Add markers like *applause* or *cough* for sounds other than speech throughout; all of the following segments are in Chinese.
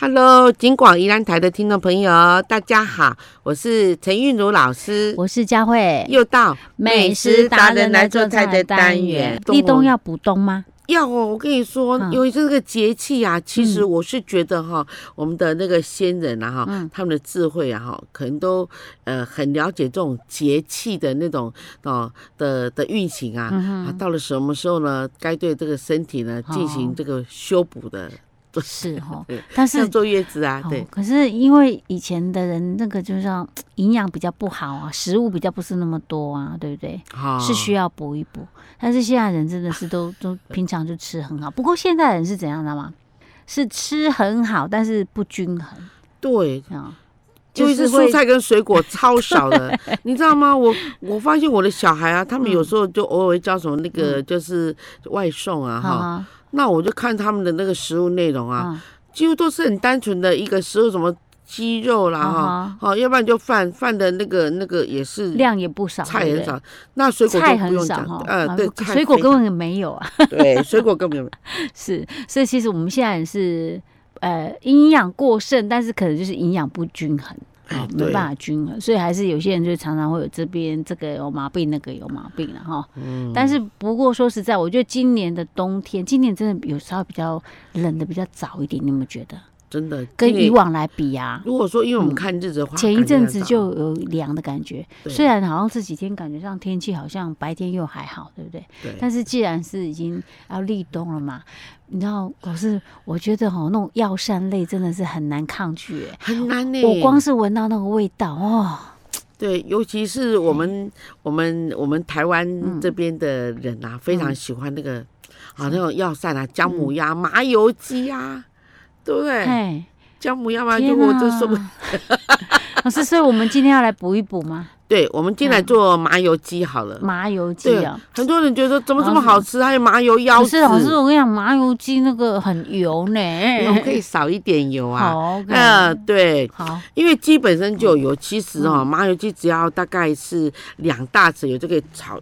Hello，金广宜兰台的听众朋友，大家好，我是陈韵如老师，我是佳慧。又到立冬要补冬吗？要哦，我跟你说，嗯由于这个节气啊，其实嗯我是觉得哈，我们的那个先人啊哈，嗯他们的智慧啊哈，可能都呃很了解这种节气的那种哦的的运行啊，嗯啊哼，到了什么时候呢，该对这个身体呢进行哦这个修补的，是哈对，但像是。坐月子啊，对哦，，可是因为以前的人那个就是说营养比较不好啊，食物比较不是那么多啊，对不对？好是需要补一补。但是现在人真的是 *laughs* 都都平常就吃很好，不过现在人是怎样的吗？是吃很好，但是不均衡对，啊，就就是是蔬会菜跟水果超少的， *laughs* 你知道吗？我我发现我的小孩啊，他嗯们有时候就偶尔叫什么那个就是外送啊哈，啊那我就看他们的那个食物内容啊，啊几乎都是很单纯的一个食物，什么鸡肉啦哈，啊，好，要不然就饭饭的那个那个也是量也不少，嗯菜对不很对少，那水果菜就不很用少讲哈，，呃，啊对，不菜水果非根常本没有啊，对水果 *laughs* 根本没有是，所以其实我们现在是呃营养过剩，但是可能就是营养不均衡。哎啊，对没办法均衡，所以还是有些人就常常会有这边这个有毛病，那个有毛病了哈。嗯但是不过说实在，我觉得今年的冬天，今年真的有稍微比较冷的比较早一点，你有没有觉得？真的跟今年以往来比啊，如果说因为我们嗯看日子的话，前一感觉阵得子到就有凉的感觉，对虽然好像这几天感觉上天气好像白天又还好，对不对？对但是既然是已经要立冬了嘛，你知道，可是我觉得哈、那种药膳类真的是很难抗拒、欸。很难呢，我光是闻到那个味道哦，对，尤其是嗯我们我们我们台湾这边的人啊，非嗯常喜欢那个啊那种药膳啊，姜母鸭、麻油鸡啊，对不对？哎，姜母鸭嘛，天如果这说不，哪 *laughs* 老师，所以我们今天要来补一 *laughs* 补吗？对，我们进来嗯做麻油鸡好了。麻油鸡对啊，，很多人觉得怎么这么老师好吃，还有麻油腰不子哎是，老师，我跟你讲，麻油鸡那个很油呢，我们可以少一点油啊。好，嗯嗯，对，好，因为鸡本身就有油，其实哦，麻油鸡只要大概是两大匙油就可以炒。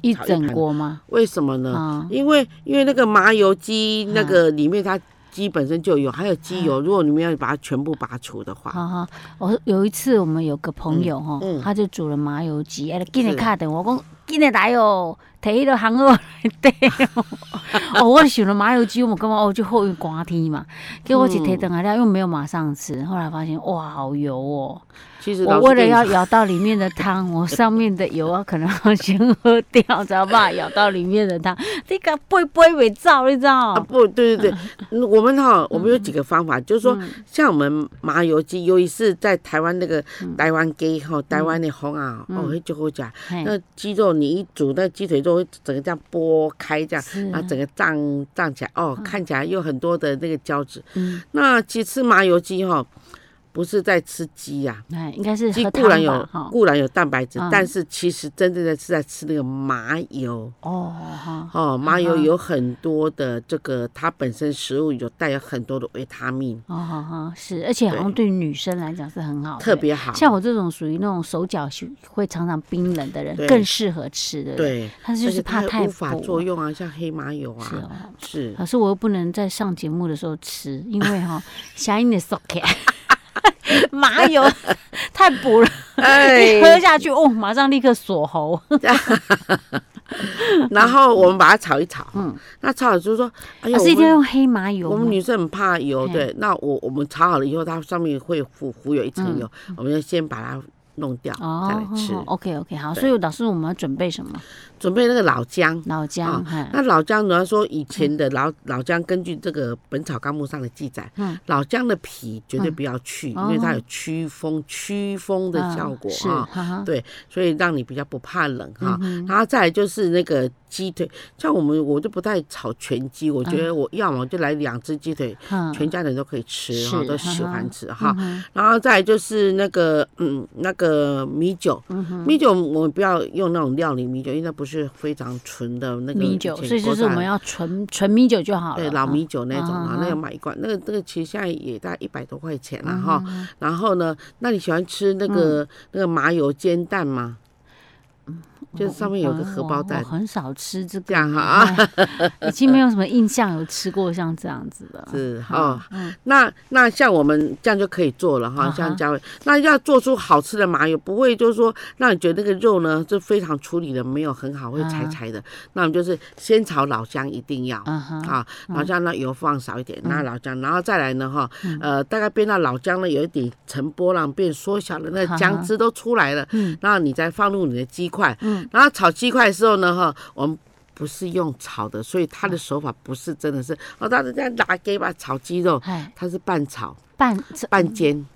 一炒一整盘嗯锅吗？为什么呢？啊，因为因为那个麻油鸡那个嗯里面它鸡本身就有，还有鸡油，如果你们要把它全部拔除的话，好好，我有一次我们有个朋友哈嗯嗯，他就煮了麻油鸡，哎，今日卡等我讲，今日来哦，提到行哦来底 *laughs* 哦，哦，我想了麻油鸡，我感觉哦就后院寒天嘛，结果我一提等来了，又没有马上吃，后来发现哇好油哦，其实嗯我老为师了跟你要说，舀到里面的汤， *laughs* 我上面的油啊，可能要先喝掉，才有办法舀到里面的汤。这个不不伪造，你知道啊吗？不对对对，嗯我们哈我们有几个方法，就是说嗯像我们麻油鸡，尤其是在台湾那个台湾鸡哈，台湾的红啊，嗯哎哦会就好讲，嘿那鸡肉你一煮，那鸡腿肉会整个这样剥开这样。是然后整个胀胀起来，哦，看起来有很多的那个胶质。嗯，那其实吃麻油鸡哈、不是在吃鸡啊呀、哎，应该是鸡喝固然汤有吧？哈，固然有蛋白质嗯，但是其实真正的是在吃那个麻油哦哈，哦，麻油嗯哼有很多的这个它本身食物有带有很多的维他命，哦哈哈，是，而且好像对女生来讲是很好的，特别好。哦像我这种属于那种手脚是会常常冰冷的人对，更适合吃的。，对，但是而就且是它怕有太无法补作啊用啊，像黑麻油是啊，哦。 *laughs* 是可是我又不能在上节目的时候吃，因 *laughs* 为哈、下音的 socket 麻 *laughs* 油太补了，一喝哎，下去哦，马上立刻锁喉。然后我们把它炒一炒，嗯嗯，那炒好就是说，哎呦，啊、是一我定要们用黑麻油我们吗女生很怕油，对，那我我们炒好了以后，它上面会浮浮有一层油，我们要先把它弄掉，再来嗯哦吃。 ，OK OK，好，对所以老师我们要准备什么？准备那个老姜。老啊姜，哈、那老姜，你要说以嗯前的老、老姜，根据这个《本草纲目》上的记载，嗯老姜的皮绝对不要去，因为它哦有驱风、驱风的效果嗯是，啊、哈哈，对，所以让你比较不怕冷哈、嗯哼然后再来就是那个鸡腿，像我们我就不太炒全鸡，我觉得我要么就来两只鸡腿，嗯全家人都可以吃哈，是都喜哈哈欢吃哈、嗯然后再来就是那个嗯那个米酒，嗯米酒我们不要用那种料理米酒，因为那不是非常纯的那个米酒，以前所以就国是我产们要纯纯米酒就好了。对老哈米酒那种啊，嗯那个买一罐，那个那个其实现在也大概一百多块钱了哈。嗯然后呢，那你喜欢吃那个那个麻油煎蛋吗？就是上面有个荷包蛋哦我我我很少吃这个， *laughs* 这样哈啊，哎已经没有什么印象有吃过像这样子 *laughs* 的。是好嗯哦。那那像我们这样就可以做了哈，啊哈像嘉伟，那要做出好吃的麻油，不会就是说让你觉得那个肉呢，就非常处理的没有很好，会柴啊柴的。那我们就是先炒老姜，一定要。嗯哼，啊，老姜呢油放少一点，那老姜，然后再来呢哈，嗯呃，大概煸到老姜呢有一点成波浪变缩小了，那哈哈姜汁都出来了，嗯然后你再放入你的鸡块，嗯然后炒鸡块的时候呢哈，我们。不是用炒的，所以它的手法不是真的是哦，它是这样拿给把炒鸡肉，哎，它是半炒拌半煎，嗯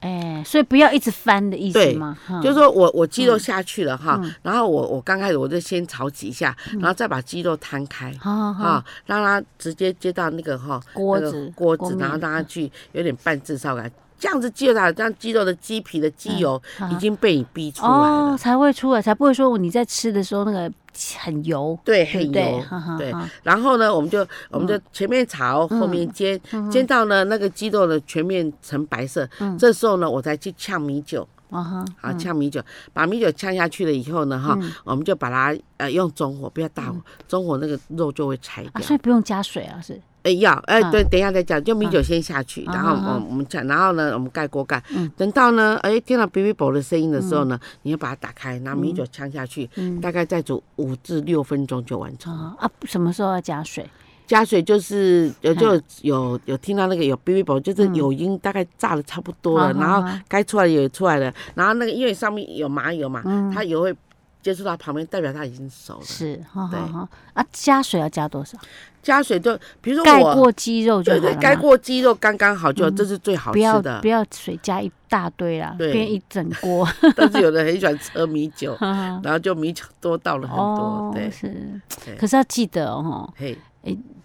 哎，所以不要一直翻的意思对吗？哈就是说我我鸡嗯肉下去了哈，然后我我刚开始我就先炒几下，嗯然后再把鸡肉摊开，好好好啊，让它直接接到那个哈锅那个子锅锅子，面嗯然后让它去有点半炙烧感。这样子鸡肉它这样鸡肉的鸡皮的鸡油嗯已啊经被你逼出来哦，了，才会出来，才不会说你在吃的时候那个很油，对，对很不对？油。哈哈嗯对哈然后呢，我们就我们就前面炒，后面煎，嗯煎到呢那个鸡肉呢全面呈白色，这时候呢我才去呛米酒，啊哈，啊，呛米酒，把米酒呛下去了以后呢，哈，嗯我们就把它呃用中火，不要大火，中火那个肉就会柴啊，掉。所以不用加水啊，是哎、要哎、嗯对，等一下再讲，就米酒先下去，嗯然后我们啊啊啊我们讲，然后呢，我们盖锅盖，嗯等到呢，哎、听到哔哔啵的声音的时候呢，你要把它打开，拿米酒呛下去，嗯大概再煮五至六分钟就完成了。啊啊，什么时候要加水？加水就是有就有有听到那个有哔哔啵，就是嗯有音大概炸的差不多了，啊啊然后啊该出来的也出来了，然后那个因为上面有麻油嘛，它油会接触到旁边，代表它已经熟了。嗯是，哈对哈哈啊，加水要加多少？加水就比如说盖我。过鸡肉就对好对了，盖嘛。过鸡肉刚刚好就，这是最好不吃要的不。要水加一大堆啦，对变一整锅。，但是有的 *laughs* 很喜欢喝米酒 *laughs* 哈哈哦然后就米酒多倒了很多，对，是对，可是要记得哦，嘿，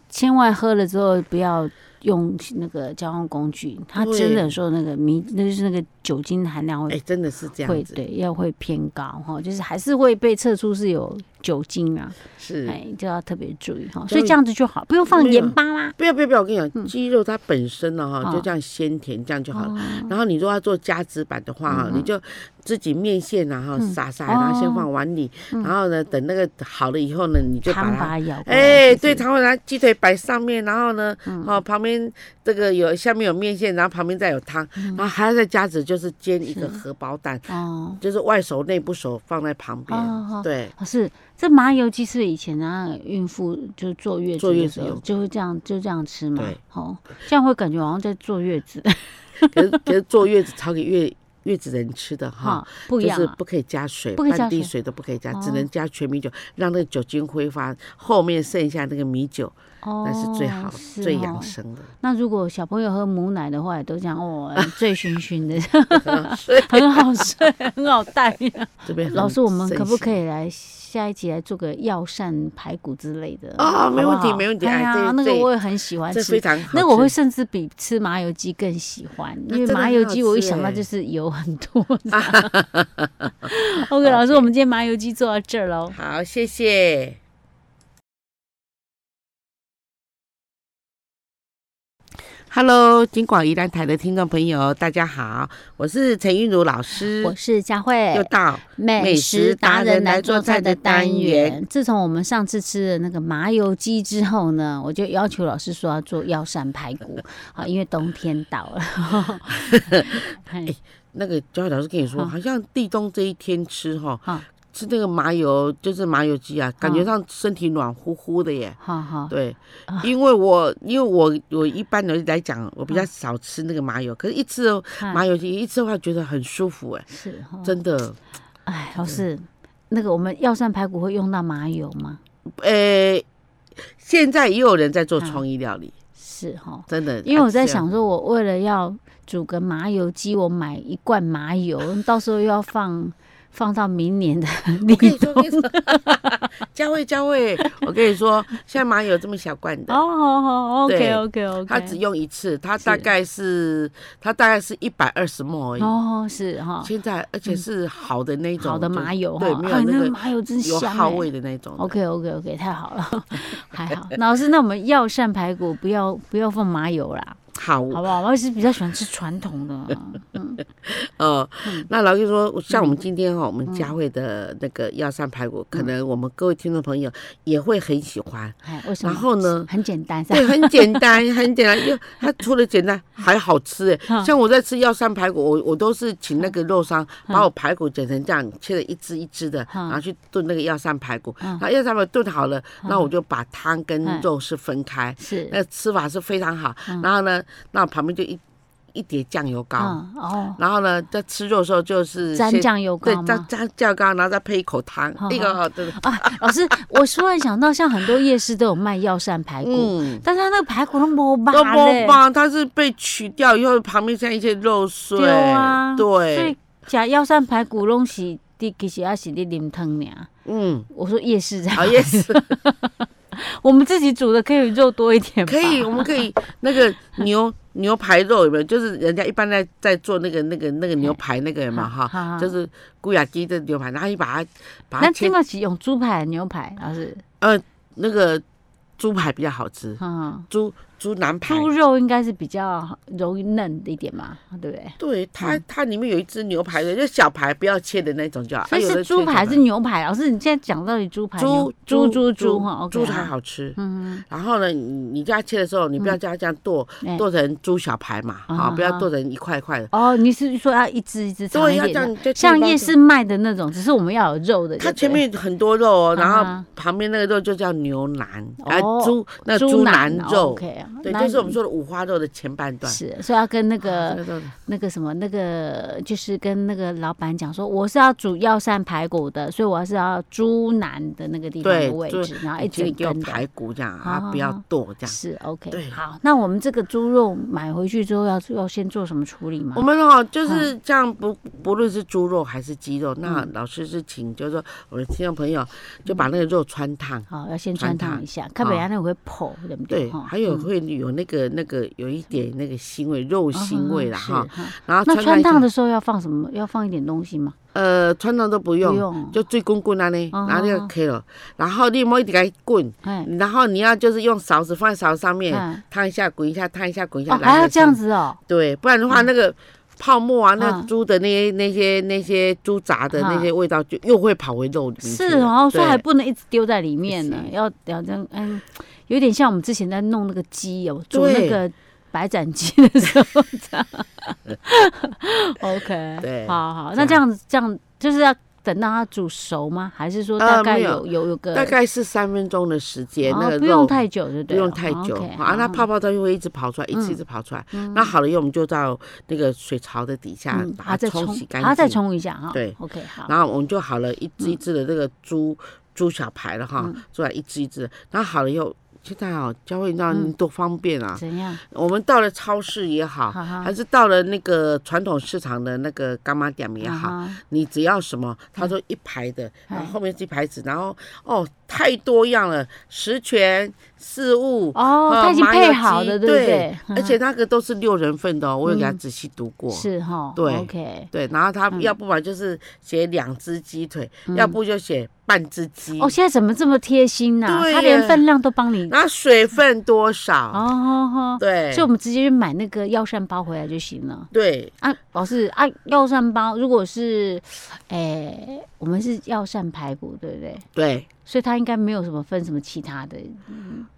千万喝了之后不要用那个交通工具，它对真的有时候那个迷，那就是那个酒精含量哎会，真的是这样会子，对要会偏高哈，就是还是会被测出是有酒精啊，是。哎，就要特别注意哈。所所以以这样子就好，不用放没有盐巴啦。不要不要不要！我跟你讲，鸡肉它本身呢哈，哦就这样鲜甜，这样就好了。嗯哦嗯然后你如果要做加值版的话哈，你就自己面线啊哈撒撒，哦嗯然后先放碗里，然后呢等那个好了以后呢，你就把汤它。把它舀过来。哎，是不对，哦是，嗯常会拿鸡腿摆上面，然后呢，哦，旁边这个有下面有面线，然后旁边再有汤，嗯然后还要再加值，就是煎一个荷包蛋，哦，就是外熟内不熟放在旁边。哦哦对，哦，是这麻油鸡是以前啊，孕妇就坐月坐子月的子时候有就会这样就这样吃嘛对，哦，这样会感觉好像在坐月子可是 *laughs* 可是坐月子炒给月月子人吃的哈哈，，不哦一就样是啊，不可以加水，不可以加半滴水水都不可以加，哦只能加全米酒，让那个酒精挥发，后面剩下那个米酒哦那是最好、是最哦养生的。 *laughs* 那如果小朋友喝母奶的话，也都这样哦，醉醺醺的，所以很好睡， *laughs* 很好带。这 *laughs* 边很老师，我们可不可神奇？以来下一集来做个药膳排骨之类的？哦没好不问题好没问题哎哎这呀，那这个我也很喜欢这非吃。啊常好吃，那我会甚至比吃麻油鸡更喜欢，那因为真的麻很油好鸡我一吃想到哎就是油很多。OK，老师，我们今天麻油鸡做到这儿喽。好，谢谢。Hello，金广宜兰台的听众朋友，大家好，我是陈韵如老师，我是佳慧又，到美食达人来做菜的单元。自从我们上次吃的那个麻油鸡之后呢，我就要求老师说要做药膳排 *laughs* 骨，好，因为冬天到 *laughs* 了。哎那个教育老师跟你说，嗯好像立冬这一天吃哈，嗯吃那个麻油就是麻油鸡啊，感觉上身体暖乎乎的耶。好好，对，嗯因为我因为我我一般人来讲，我比较少吃那个麻油，可是一吃哦嗯麻油鸡一吃的话，觉得很舒服哎，是哈。真的。哎，老师，那个我们药膳排骨会用到麻油吗？呃，现在也有人在做创意料理，是哈，真的。嗯因为我在啊，想说， *laughs* 我为了要煮个麻油鸡，我买一罐麻油，到时候又要放放到明年的立我跟你说，我冬。跟你说， *laughs* 佳慧佳慧，我跟你说，现在麻油这么小罐哦，的，好好对，OK OK OK。它只用一次，它是大概是它大概是一百二十沫而已。哦，是哈，现在而且是好的那种，好的麻油就是对，哈没哎有那那个麻油真有香耗哎味的那种的。 OK *laughs* OK *laughs* OK，太好了，还好。老师，那我们药膳排骨不要不要放麻油啦，好，好不好？我还是比较喜欢吃传统的 *laughs* 啊，呃，嗯那老师说，像我们今天哈、我们佳慧的那个药膳排骨，嗯可能我们各位听众朋友也会很喜欢。哎，为什么？然后呢，很简单，是吧对，很简单，很简单，又它除了简单还好 *laughs* 吃哎。嗯像我在吃药膳排骨，我我都是请那个肉商把我排骨剪成这样，切了一只一只的，嗯然后去炖那个药膳排骨。嗯然后药膳排骨炖好了，那我就把汤跟嗯肉是分开，是，那吃法是非常好。嗯然后呢，那旁边就一一碟酱油膏。嗯，哦，然后呢，在吃肉的时候就是沾先酱油对膏，再吗？加酱膏，然后再配一口汤好，那个对，对啊，老师，我突然想到，像很多夜市都有卖药膳排骨，嗯，但是它那个排骨都没拔都不嘞，棒，它是被取掉以后，旁边像一些肉碎，对啊，所对以，吃药膳排骨拢是你其实也是你啉汤尔。嗯，我说夜市这样，好也 *laughs* 是我们自己煮的可以肉多一点吧，可以，我们可以那个牛牛排肉有没有？就是人家一般在在做那个那个那个牛排那个有没有好好哈？好就是古雅鸡的牛排，然后你把它把它那这切，个是用猪排、牛排，还是呃，那个猪排比较好吃，嗯，猪猪腩排。猪肉应该是比较容易嫩一点嘛，对不对？对它，嗯它里面有一只牛排的，就小排不要切的那种就好。所以啊有的是切猪小排还是牛排？老师，你现在讲到底猪排、猪牛猪猪猪哈猪，OK，才啊，好吃。嗯，然后呢，你你这样切的时候，你不要这样这样剁哎剁成猪小排嘛，啊，嗯不要嗯剁成一块一块的。哦，你是说要一只一只长对，一要点这的样就像切一半夜就。市卖的那种，只是我们要有肉的就对了。它前面很多肉哦，然后嗯旁边那个肉就叫牛腩，啊，哦猪那猪腩哦肉， ，OK 啊，对，那就是我们说的五花肉的前半段。是，所以要跟那啊个这肉那个什么那个，就是跟那个老板讲说，我是要煮药膳排骨的，所以我是要猪腩的那个地方对的位置，然后一你请你整给我根的。排骨这样好啊，好不要好剁这样。是 OK，对好，那我们这个猪肉买回去之后要要先做什么处理吗嗯我？们哦，就是这样不，不论是猪肉还是鸡肉，那嗯老师是请，就是说我们听众朋友就把那个肉穿烫，好，要先穿穿烫烫一下，看本来那会破，对不对，哈还有嗯会有那个那个有一点那个腥味，肉嗯腥味啦是哈。然后那烫穿烫的的时候要放什么？要放一点东西吗？呃穿烫都不不用，用，就最滚滚啊呢，嗯然后就嗯可以了。然后你摸一直给它滚，哎，然后你要就是用勺子放在勺子上面嗯烫一下，滚一下，烫一下，滚一哦下，，来还要回这样上子哦，对，不然的话，那个泡沫啊，那嗯猪的那些、那些、那些猪杂的那些味道，就又会跑回肉里面去了。是哦，所以还对不能一直丢在里面呢是，要要这样，嗯，有点像我们之前在弄那个鸡哦，煮对那个白斩鸡的时候 *laughs* 这样。OK，对好这好，那样这样子，这样就是要等到它煮熟吗？还是说呃大概没有有有有个大概是三分钟的时间，那哦个不用肉太久就不对了，用太久 OK，嗯啊，那好泡泡它就会一直跑出来，一次一直跑出来。那好了以后，我们就到那个水槽的底下嗯，把啊它再冲冲洗干，啊再净，冲一嗯下哈，对，OK，好，然后我们就好了一只一只的这个猪猪小排了嗯哈，做来一只一只的。然后好了以后，现在哦，教会你知道嗯多方便啊，怎样？我们到了超市也好，哈哈还是到了那个传统市场的那个干妈店也好，啊哈，嗯你只要什么，他说一排的，然后哎后面是一排子，然后哦，太多样了，十全四物。哦，呃它已经麻油配好鸡的，对对不而对？且那个都是六人份的哦，我有给他仔细读过。是哈，对，OK。对，然后他要不然就是写两只鸡腿，嗯要不就写半只鸡。哦，现在怎么这么贴心呐、对他耶连分量都帮你。那水分多少？哦吼吼，对，所以我们直接就买那个药膳包回来就行了。对，啊，老师啊，药膳包如果是，诶、我们是药膳排骨，对不对？对，所以它应该没有什么分什么其他的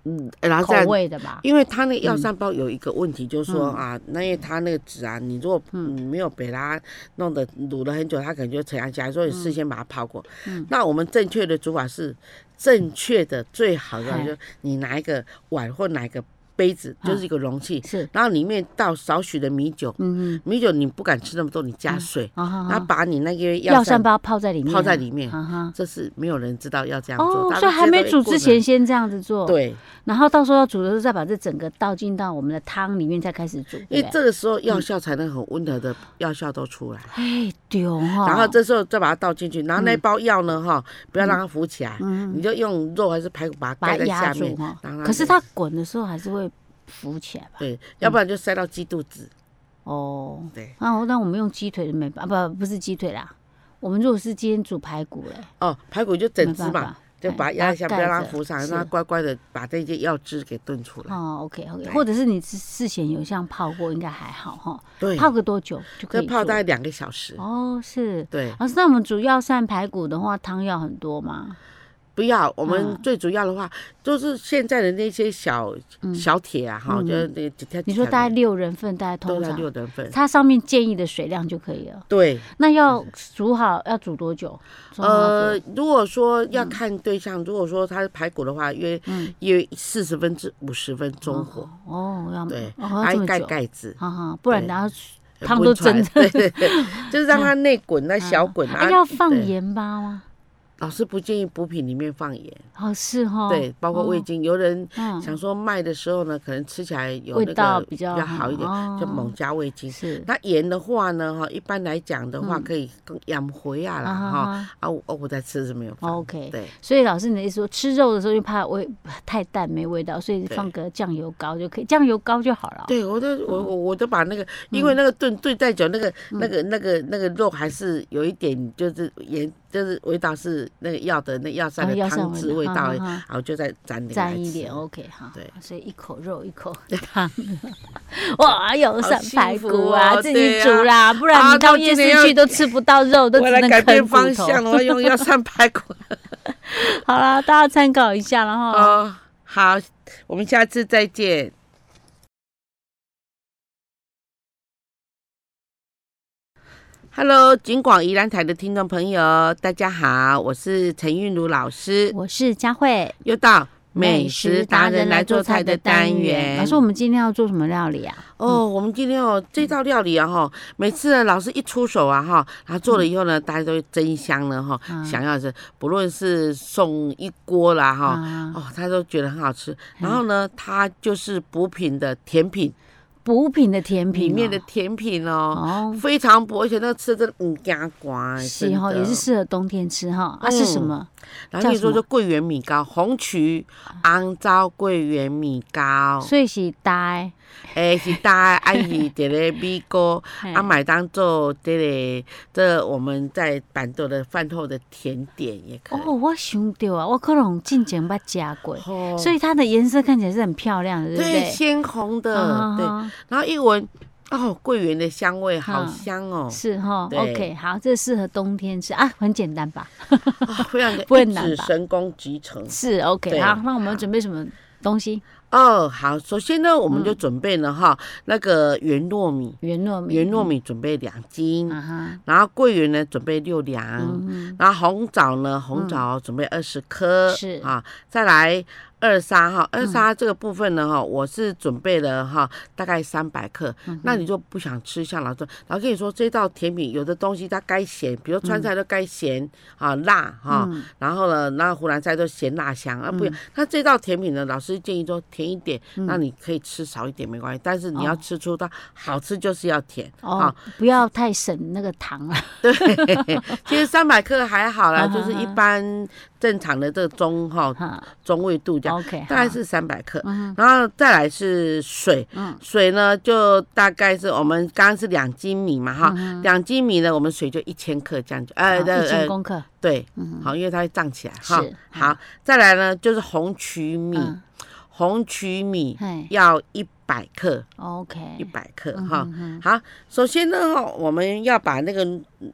嗯，然后口再味的吧？因为它那个嗯药膳包有一个问题，就是说啊，那因为它那个纸啊，你如果嗯没有给它弄得卤了很久，它可能就沉下去来，所以嗯事先把它泡过。那我们正确的煮法是，正确的最好的嗨就是你拿一个碗或拿一个杯子，就是一个容器，是，然后里面倒少许的米酒，嗯嗯，米酒你不敢吃那么多，你加水，啊哈然后哈，把你那个药药膳膳包泡在里面，泡在里面啊哈。这是没有人知道要这样做，哦大，家所以都还没觉得煮哎过了之前先这样子做，，对。然后到时候要煮的时候再把这整个倒进到我们的汤里面再开始煮，对不啊因为对这个时候药效才能很温和的药效都出来，哎对哦，然后这时候再把它倒进去，然后那嗯包药呢哈，不要让它浮起来，你就用肉还是排骨把它把盖它在压下住面，哈然后让。可是它滚的时候还是会浮起来吧？对，要不然就塞到鸡肚子，哦，对，那我那我们用鸡腿就没办法，啊不不是鸡腿啦，我们如果是今天煮排骨嘞，哦，排骨就没整只办嘛，法，哎就把它压一下，把不它要让盖它着浮上来，是让它乖乖的把这些药汁给炖出来。哦，OK OK，对或者是你是事前有像泡过，应该还好哈。对，泡个多久就可这以泡做大概两个小时。哦，是。对，老师，那我们煮药膳排骨的话，汤要很多吗？不要。我们嗯最主要的话，就是现在的那些小嗯小铁啊，哈，嗯就是那几条。你说几条大概的六人份，大概都通在常六人份。它上面建议的水量就可以了。对，那要煮好要煮多久？中华呃煮，，如果说要看对象，如果说它是排骨的话，约嗯约四十分至五十分中火，哦，要对，哦还要这盖么久，盖子。哈哈，不然对等下呃汤不都出来蒸 *laughs* 对对对，就是让它内滚，那小滚哎啊。要放对盐巴吗？老师不建议补品里面放盐，哦，是哈，对，包括味哦，精。有人嗯，想说卖的时候呢，可能吃起来有味那道个比较好一点，好哦就猛加味精。是那盐的话呢，哈，一般来讲的话嗯可以更养回啊啦，啊哈哈哈啊，我哦我在吃是没有放， ，OK。对所以老师，你的意思说吃肉的时候就怕味 *laughs* 太淡没味道，所以对放个酱油膏就可以，酱油膏就好了。对，我都我我我都把那个，因为那个炖炖再久，那个那个那个那个肉还是有一点就是盐，就是味道是那个药的那哦药膳啊药的膳汤汁味味道道，啊啊啊然后就再沾点哦来沾一吃点，OK 哈。对所以一口肉，一口汤。 *laughs* 哇，有三排骨啊，好幸福哦自己煮啦，不然啊你到那夜今市年要去都吃不到肉，都我只来能改啃变骨方头。向了，我用药膳排骨好啦，大家参考一下，然 *laughs* 后。哦。好，我们下次再见。Hello，金广宜兰台的听众朋友，大家好，我是陈韵如老师，我是佳慧，又到美食达人来做菜的单元。老师，我们今天要做什么料理啊？哦，我们今天哦这道料理啊哈，每次呢老师一出手啊哈，他做了以后呢，大家都会争相呢哈，啊想要是不论是送一锅啦哈，啊，哦他都觉得很好嗯吃。然后呢，它就是补品的甜品补品的甜品里哦面的甜品哦，哦，非常薄，而且那个吃的真的嗯加瓜，是哈，真也的是适合冬天吃哈。啊，嗯是什么？然后你叫什么嗯说就桂圆米糕，红曲红糟桂圆米糕，所以是呆，诶是搭啊是一个米糕。 *laughs* 啊，嘿买当做这个这我们在板豆的饭后的甜点也可以。哦，我想到啊，我可能进前捌食过，哦所以它的颜色看起来是很漂亮的，对不对对？鲜红的，啊对，哈然后一闻，哦，桂圆的香味好嗯香 *laughs* 哦，是哈对，OK，好，这适合冬天吃啊，很简单吧？啊非常的不会一难指吧神功集成。是 OK，嗯对好，那我们准备什么东西？哦，好，首先呢，我们嗯就准备了哈、那个圆糯米，圆糯米，圆糯米准备两斤，啊哈，然后桂圆呢准备六两。嗯然后红枣呢，红枣准备二十颗，是嗯啊，再来二沙哈，二沙这个部分呢哈，我是准备了哈，大概三百克。嗯那你就不想吃，像老师，老师跟你说，这道甜品有的东西它该咸，比如川菜都该咸啊辣哈，嗯然后呢，那湖南菜都咸辣香啊，不，那这道甜品呢，老师建议说甜一点，那你可以吃少一点没关系，但是你要嗯哦吃出它好吃就是要甜啊哦，，不要太省那个糖了， *laughs* 对，其实三百克还好啦，啊就是一般正常的这个中哈 *laughs* 哈中位度这样， ，OK，大概嗯哦好是三百克。嗯然后再来是水，嗯水呢就大概是我们刚刚是两斤米嘛哈，两斤米呢我们水就一千克这样就，嗯好呃一千呃公克，对，嗯好，因为它会胀起来哈是。好，再来呢就是红曲米，嗯，红曲米嘿要一百克，一，OK，百克嗯哈哼。哼好，首先呢，哦我们要把那个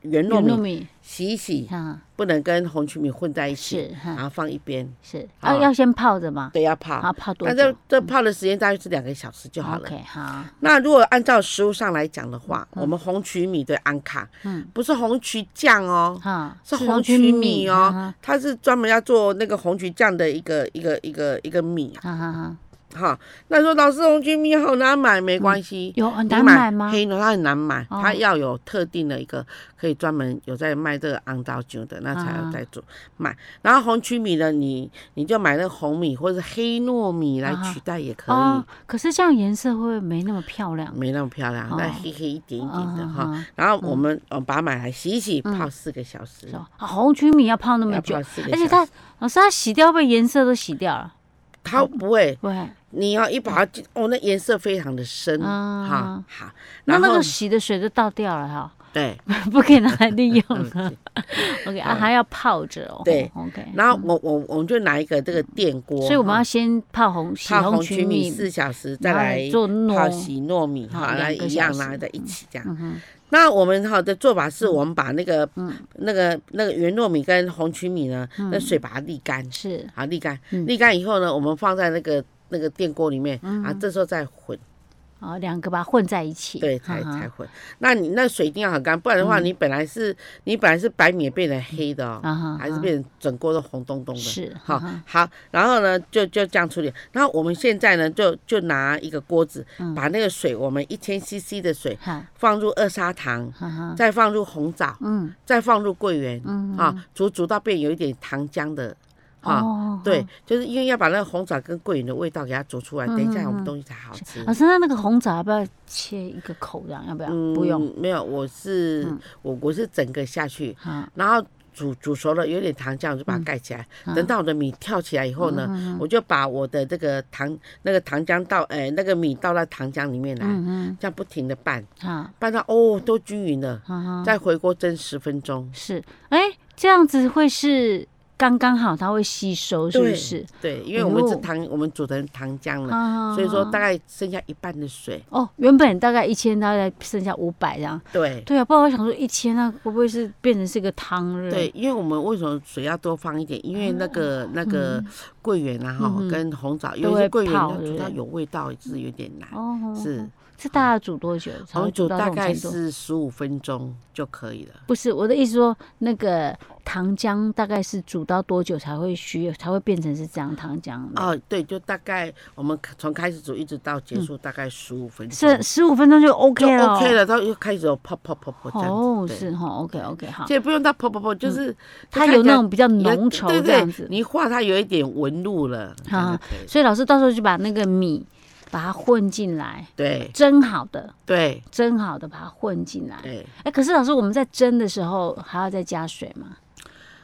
圆糯圆糯米米，洗一洗，哈，不能跟红曲米混在一起，是然哈，后放一边，是，好啊，要先泡着嘛，对，要泡。啊，泡多那久这这泡的时间大概是两个小时就好了。 ？OK，好，那如果按照食物上来讲的话，我们红曲米的安卡嗯，不是红曲酱哦，哈，是红曲米哦，，它是专门要做那个红曲酱的一个一个一个一个米哈哈哈，哈。那说老师红曲米好难买，没关系。有很你难买吗？黑的它很难买，哦它要有特定的一个可以专门有在卖这个昂糟酒的，那才啊有在做买。然后红曲米呢，你你就买那个红米或者是黑糯米来啊哈取代也可以，哦，可是这样颜色会不会没那么漂亮？没那么漂亮，那哦黑黑一点一点的啊哈。哈然后我们我们把它买来洗一洗，泡四个小时是，吧？啊红曲米要嗯泡那么要久泡，四个而且小它时。老师它洗掉被颜色都洗掉了，它不会，喂，你要一把它进，哦，那颜色非常的深，啊哈好。那然那哎后个洗的水都倒掉了哈， *laughs* 对，不可以拿来利用 *laughs* 嗯啊。OK *laughs* 啊，还要泡着哦。对，OK。然后我我我们就拿一个这个电锅，所以我们哈要先泡红洗泡红曲曲米四小时，再然后来做泡糯洗糯米好哈，两来个一小样时拿在一起这样。嗯哼，那我们哈的做法是我们把那个嗯那个那个圆糯米跟红曲米呢，那水把它沥干，是好沥干，嗯沥干以后呢，我们放在那个那个电锅里面啊，这时候再混，哦，两个把它混在一嗯起，对，才哈哈才混。那你那水一定要很干，不然的话，你本来是你本来是白米也变成黑的哦，啊哈，还是哈变成整锅都红彤彤的。是好哈哈好，然后呢，就就这样处理。然后我们现在呢，就就拿一个锅子，嗯把那个水，我们一千 CC 的水哈放入二砂糖，哈哈，再放入红枣，嗯再放入桂圆，嗯啊，煮煮到变有一点糖浆的，啊，哦对，就是因为要把那个红枣跟桂圆的味道给它煮出来，等一下我嗯嗯们嗯东西才好吃。老师，那那个红枣要不要切一个口这样？要不要？嗯不用。，没有，我是、嗯我我是整个下去，好，然后煮煮熟了，有点糖浆，我就嗯把它盖起来。等到我的米跳起来以后呢，我就把我的这个糖那个糖浆倒，哎、那个米倒到糖浆里面来，嗯嗯，这样不停的拌，好，拌到哦都均匀了，哈哈，再回锅蒸十分钟。是，哎，这样子会是刚刚好，它会吸收，是不对是？对，因为我们哎是呦糖，我们煮成糖浆了，啊所以说大概剩下一半的水。哦，原本大概一千，大概剩下五百这样。对。对啊，不然我想说一千，那会不会是变成是个汤了？对，，因为我们为什么水要多放一点？因为那个、那个桂圆啊，哈、啊嗯跟红枣，都尤其会是桂圆泡要对煮不到对有味道，是有点难。哦，是，这大概煮多久才我会们煮煮到大这种概程度？是十五分钟就可以了。不是我的意思说，那个糖浆大概是煮到多久才会需才会变成是这样糖浆的？哦，对，就大概我们从开始煮一直到结束，大概十五分钟嗯是十五分钟就就 OK 了哦。 OK 了，到又开始有泡泡泡泡这哦，样子。是对，哈，OK OK 好其，实不用到泡泡泡，就是它就看有起来那种比较有浓稠对这样子对，，你一化它有一点纹路了，这样啊就可以了所以老师到时候就把那个米把它混进来，对蒸好的，对蒸好的把它混进来。对。哎，可是老师，我们在蒸的时候还要再加水吗？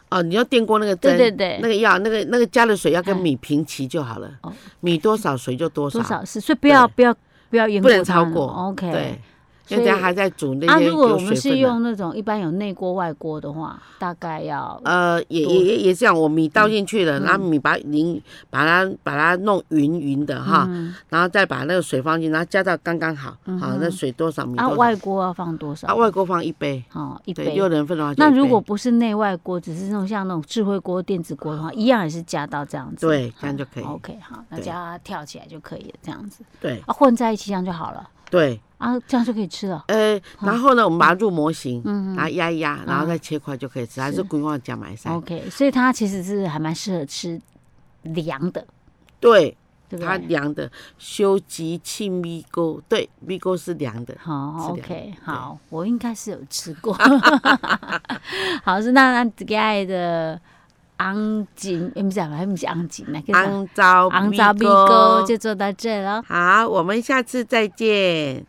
哦，你要电锅那个对蒸，对对那个要那个那个加的水要跟哎米平齐就好了哦，米多少水就多少多，少是？所以不要对不要不要淹不过能它超了过。 OK，对，所因为以等下还在煮那啊，些如果有我水们是分的。用那种一般有内锅外锅的话，大概要呃，也多嗯也也也这样，我米倒进去了，然后米把淋，把它把它弄匀匀的哈，嗯然后再把那个水放进，然后加到刚刚好，好，那水多少米啊多外少，锅要放多少？啊外锅放一杯，哦，一对，杯六。人份的话就一那杯，如果不是内外锅，只是那种像那种智慧锅、电子锅的话，一样也是加到这样子。对这样就可以 OK，好，那对加它跳起来就可以了，这样子对啊，混在一起这样就好了对，啊，这样就可以吃了。呃，然后呢，我们把它入模型，嗯然后压一压，啊然后再切块就可以吃，还是啊规划加买三， OK，所以它其实是还蛮适合吃凉的，对，对不它对？凉的，修吉气米糕，对，米糕是凉的，好吃凉的，OK，好，我应该是有吃过。 *laughs* 好，是那那这个的昂锦，诶不是，啊还不是昂锦，那个肮糟昂糟米糕就做到这了。好，我们下次再见。